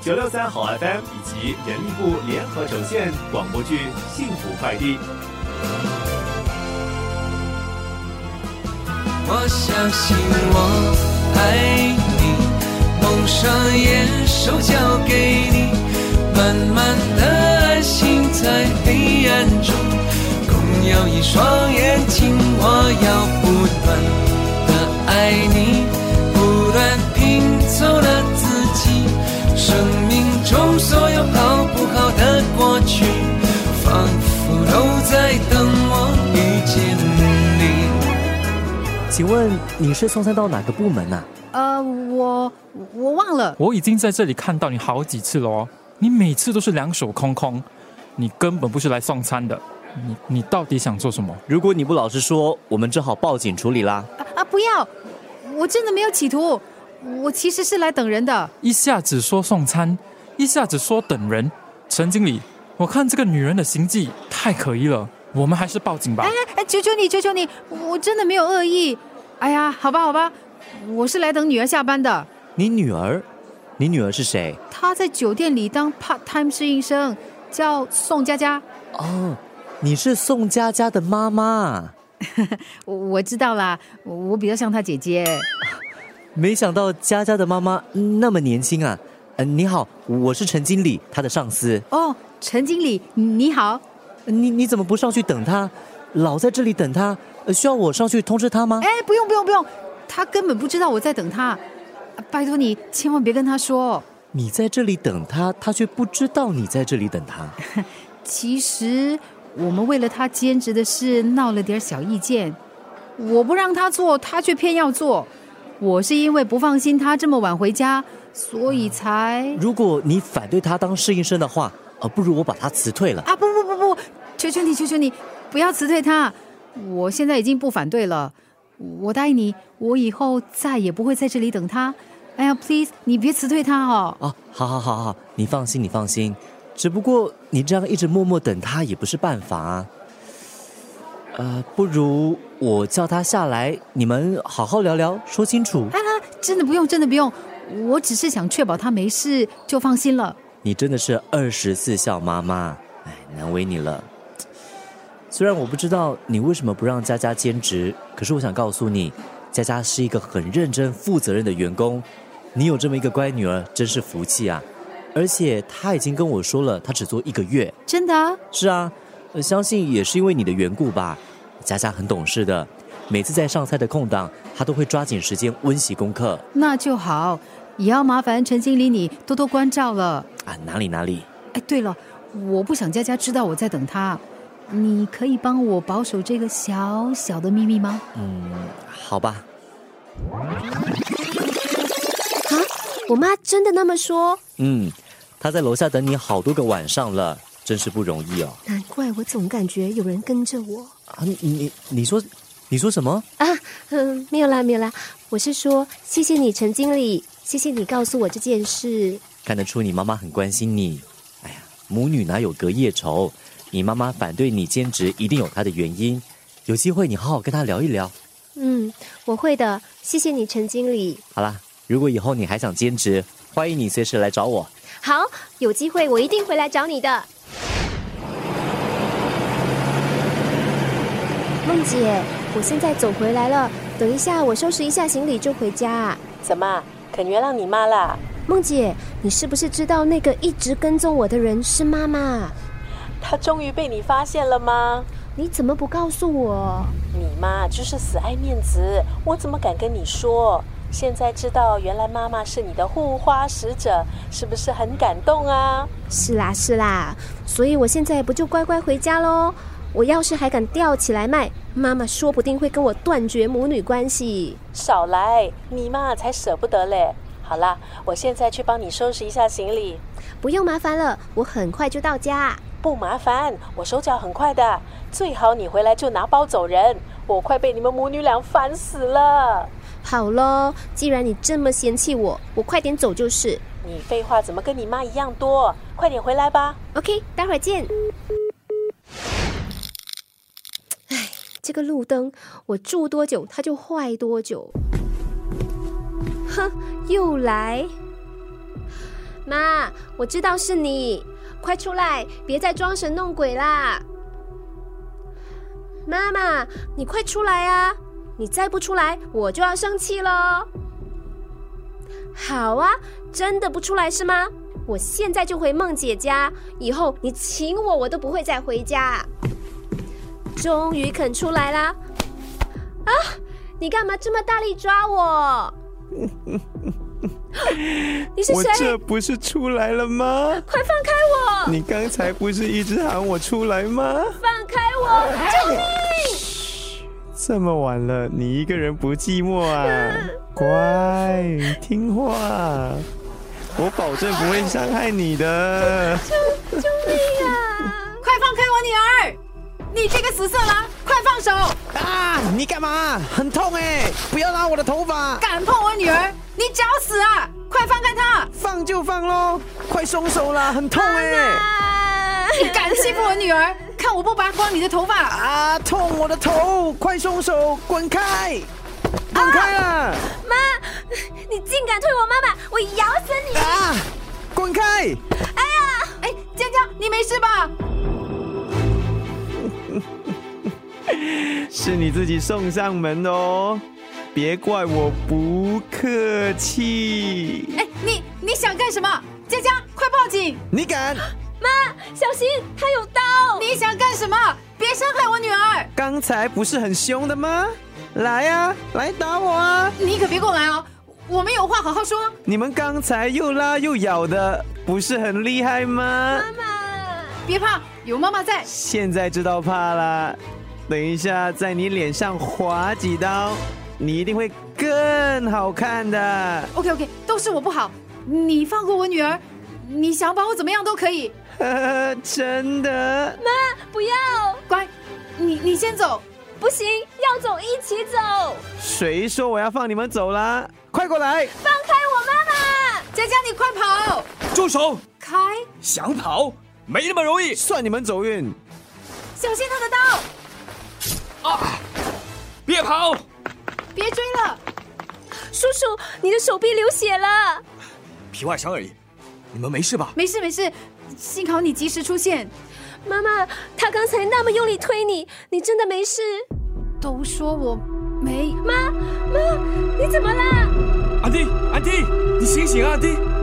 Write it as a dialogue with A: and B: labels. A: 九六三好 FM 以及人力部联合呈现广播剧《幸福快递》。
B: 我相信我爱你，蒙上眼，手交给你，慢慢的安心在黑暗中，共有一双眼睛，我要不断的爱你，不断拼凑了自己，生命中所有好不好的过去，仿佛都在等我遇见你。
C: 请问你是送餐到哪个部门啊？
D: 呃，我我忘了，
E: 我已经在这里看到你好几次了哦，你每次都是两手空空，你根本不是来送餐的。你你到底想做什么？
C: 如果你不老实说，我们只好报警处理啦。
D: 啊啊，不要，我真的没有企图，我其实是来等人的。
E: 一下子说送餐，一下子说等人。陈经理，我看这个女人的行迹太可疑了，我们还是报警吧。
D: 哎，求求你，求求你，我真的没有恶意。哎呀，好吧，好吧，我是来等女儿下班的。
C: 你女儿，你女儿是谁？
D: 她在酒店里当 part time 适应生，叫宋佳佳。
C: 哦，你是宋佳佳的妈啊妈。
D: 我我知道啦，我我比较像她姐姐。
C: 没想到佳佳的妈妈那么年轻啊。呃，你好，我是陈经理，她的上司。
D: 哦，陈经理，你好。
C: 你你怎么不上去等她？老在这里等她，呃需要我上去通知她吗？
D: 哎，不用不用不用，她根本不知道我在等她。拜托你，千万别跟她说。
C: 你在这里等她，她却不知道你在这里等她。
D: 其实我们为了他兼职的事闹了点小意见，我不让他做，他却偏要做。我是因为不放心他这么晚回家，所以才……
C: 如果你反对她当适应生的话，呃，不如我把她辞退了。
D: 啊不不不不，求求你求求你，不要辞退他！我现在已经不反对了，我答应你，我以后再也不会在这里等他。哎呀，please，你别辞退他哦。
C: 啊，好好好好，你放心，你放心。只不过你这样一直默默等他也不是办法啊。呃，不如我叫他下来，你们好好聊聊，说清楚。
D: 啊，真的不用，真的不用，我只是想确保他没事就放心了。
C: 你真的是二十四孝妈妈，哎，难为你了。虽然我不知道你为什么不让佳佳兼职，可是我想告诉你，佳佳是一个很认真、负责任的员工。你有这么一个乖女儿，真是福气啊！而且她已经跟我说了，她只做一个月。
D: 真的啊、
C: 是啊，呃相信也是因为你的缘故吧。佳佳很懂事的，每次在上菜的空档，她都会抓紧时间温习功课。
D: 那就好，也要麻烦陈经理你多多关照了。
C: 啊，哪里哪里，
D: 哎，对了，我不想佳佳知道我在等他，你可以帮我保守这个小小的秘密吗？
C: 嗯好吧。
F: 我妈真的那么说，
C: 嗯，她在楼下等你好多个晚上了，真是不容易哦。
F: 难怪我总感觉有人跟着我。
C: 啊，你你你说你说什么？
F: 嗯，没有啦，没有啦，我是说，谢谢你，陈经理，谢谢你告诉我这件事。
C: 看得出你妈妈很关心你。哎呀，母女哪有隔夜仇？你妈妈反对你兼职，一定有她的原因。有机会你好好跟她聊一聊。
F: 嗯，我会的，谢谢你，陈经理。
C: 好啦，如果以后你还想兼职，欢迎你随时来找我。
F: 好，有机会我一定回来找你的。梦姐，我现在走回来了，等一下我收拾一下行李就回家。
G: 怎么啊肯原谅你妈啦？
F: 梦姐，你是不是知道那个一直跟踪我的人是妈妈？
G: 她终于被你发现了吗？
F: 你怎么不告诉我？
G: 你妈就是死爱面子，我怎么敢跟你说？现在知道原来妈妈是你的护花使者，是不是很感动啊？
F: 是啦是啦，所以我现在不就乖乖回家喽？我要是还敢吊起来卖，妈妈说不定会跟我断绝母女关系。
G: 少来，你妈才舍不得嘞。好啦，我现在去帮你收拾一下行李，
F: 不用麻烦了，我很快就到家。
G: 不麻烦，我手脚很快的，最好你回来就拿包走人，我快被你们母女俩烦死了。
F: 好喽，既然你这么嫌弃我，我快点走就是。
G: 你废话怎么跟你妈一样多？快点回来吧。
F: OK，待会儿见。唉，这个路灯我住多久它就坏多久。哼，又来。妈，我知道是你，快出来，别再装神弄鬼啦！妈妈，你快出来啊！你再不出来，我就要生气喽！好啊，真的不出来是吗？我现在就回梦姐家，以后你请我，我都不会再回家。终于肯出来啦！啊，啊你干嘛这么大力抓我？ 你是
H: 我
F: 谁
H: 这？不是出来了吗？
F: 快放开我！
H: 你刚才不是一直喊我出来吗？
F: 放开我！救命！
H: 这么晚了，你一个人不寂寞啊？乖，听话，我保证不会伤害你的。
F: 啊
D: 快放开我女儿！你这个死色狼，快放手！
C: 啊！你干嘛？很痛哎、不要拉我的头发，
D: 敢碰我女儿，你找死啊！快放开她！
C: 放就放喽！快松手啦，很痛哎、
F: 啊
D: 你敢欺负我女儿，看我不拔光你的头发！
C: 啊，痛我的头！快松手，滚开，滚开啊啦！
F: 妈，你竟敢推我妈妈，我咬死你！
C: 啊，滚开！
D: 哎，江江，你没 事吧？
H: 是你自己送上门的哦，别怪我不客气。
D: 哎，你你想干什么？江江，快报警！
C: 你敢？
F: 妈，小心，她有刀！
D: 你想干什么？别伤害我女儿！
C: 刚才不是很凶的吗？来呀、来打我啊！
D: 你可别过来哦，我们有话好好说。
C: 你们刚才又拉又咬的，不是很厉害吗？
F: 妈，
D: 别怕，有妈妈在。
H: 现在知道怕啦，等一下在你脸上划几刀，你一定会更好看的。
D: OK OK，都是我不好，你放过我女儿，你想把我怎么样都可以。
H: 呵呵，真的。
F: 不要，
D: 乖，你你先走。
F: 不行，要走一起走，
H: 谁说我要放你们走啦？
C: 快过来！
F: 放开我妈妈！
D: 江江，你快跑！
E: 住手！
D: 开，
E: 想跑没那么容易。
H: 算你们走运。
D: 小心他的刀，
E: 啊别跑！
D: 别追了。
F: 叔叔，你的手臂流血了，
E: 皮外伤而已，你们没事吧？
D: 没事没事，幸好你及时出现。
F: 妈妈，她刚才那么用力推你，你真的没事？
D: 都说我没
F: 妈，妈，你怎么啦？
E: 安迪，安迪，你醒醒啊，安迪！